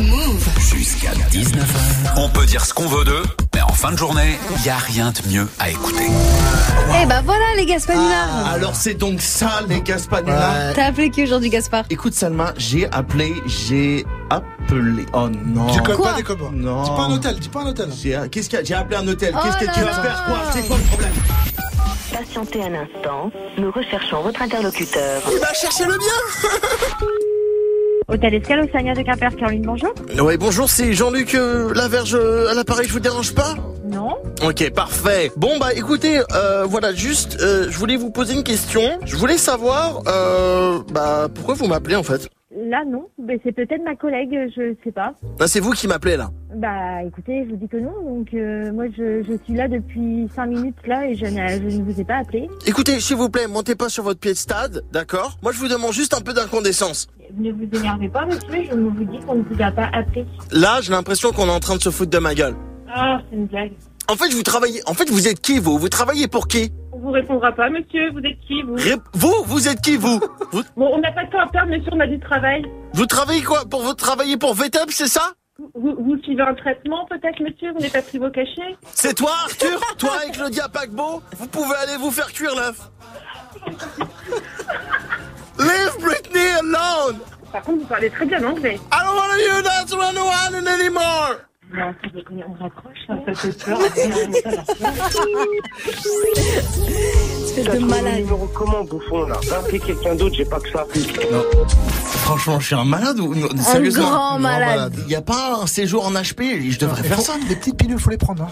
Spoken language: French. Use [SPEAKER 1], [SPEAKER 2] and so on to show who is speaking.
[SPEAKER 1] Move.
[SPEAKER 2] Jusqu'à 19h, on peut dire ce qu'on veut d'eux, mais en fin de journée, il n'y a rien de mieux à écouter.
[SPEAKER 3] Eh ben voilà les Gaspanulards
[SPEAKER 4] Ah, Alors c'est donc ça les Gaspanula
[SPEAKER 3] T'as appelé qui aujourd'hui Gaspard
[SPEAKER 4] Écoute Salma, j'ai appelé, j'ai appelé. Oh non.
[SPEAKER 5] Tu colles
[SPEAKER 3] Quoi
[SPEAKER 5] pas des copains.
[SPEAKER 4] Non.
[SPEAKER 5] Dis pas un hôtel, dis pas un hôtel.
[SPEAKER 4] J'ai euh, qu'est-ce qu'il y a J'ai appelé un hôtel.
[SPEAKER 3] Oh
[SPEAKER 4] Qu'est-ce que tu
[SPEAKER 3] là
[SPEAKER 4] vas
[SPEAKER 3] là.
[SPEAKER 4] faire quoi C'est quoi le problème
[SPEAKER 6] Patientez un instant, nous recherchons votre interlocuteur.
[SPEAKER 5] Il va chercher le bien.
[SPEAKER 7] Hôtel Escale au Sagna de Quimper, Caroline, bonjour.
[SPEAKER 5] Ouais, bonjour, c'est Jean-Luc euh, Laverge euh, à l'appareil, je vous dérange pas
[SPEAKER 7] Non.
[SPEAKER 5] Ok, parfait. Bon bah écoutez, euh, voilà, juste, euh, je voulais vous poser une question. Je voulais savoir, euh, bah pourquoi vous m'appelez en fait
[SPEAKER 7] Là, non. Mais c'est peut-être ma collègue, euh, je sais pas.
[SPEAKER 5] Là, c'est vous qui m'appelez là.
[SPEAKER 7] Bah, écoutez, je vous dis que non. Donc, euh, moi, je, je suis là depuis cinq minutes, là, et je, n'ai- je ne vous ai pas appelé.
[SPEAKER 5] Écoutez, s'il vous plaît, montez pas sur votre pied de stade, d'accord Moi, je vous demande juste un peu d'incandescence.
[SPEAKER 7] Ne vous énervez pas, monsieur, je vous dis qu'on ne vous a pas appelé.
[SPEAKER 5] Là, j'ai l'impression qu'on est en train de se foutre de ma gueule.
[SPEAKER 7] Ah, c'est une blague.
[SPEAKER 5] En fait, vous travaillez. En fait, vous êtes qui vous Vous travaillez pour qui
[SPEAKER 7] On vous répondra pas, monsieur. Vous êtes qui, vous
[SPEAKER 5] Rép- Vous, vous êtes qui vous vous,
[SPEAKER 7] Bon, on n'a pas de temps à perdre, monsieur, on a du travail.
[SPEAKER 5] vous travaillez quoi Pour vous travaillez pour VTEP, c'est ça
[SPEAKER 7] Vous, vous suivez un traitement, peut-être, monsieur Vous n'êtes pas pris vos cachets
[SPEAKER 5] C'est toi, Arthur Toi avec le dia paquebot Vous pouvez aller vous faire cuire l'œuf. Leave Britney alone
[SPEAKER 7] Par contre, vous parlez très bien anglais.
[SPEAKER 5] I don't wanna hear that run around anymore
[SPEAKER 7] Non, c'est déconné, on raccroche. Ça, ça fait
[SPEAKER 3] Espèce de malade
[SPEAKER 8] numéro comment, bouffon, là Va appeler quelqu'un d'autre, j'ai pas que ça.
[SPEAKER 4] Franchement, je suis un malade ou non,
[SPEAKER 3] Un grand
[SPEAKER 4] Il
[SPEAKER 3] malade
[SPEAKER 4] y a pas un séjour en HP, je devrais faire ça.
[SPEAKER 5] des petites pilules, faut les prendre. hein.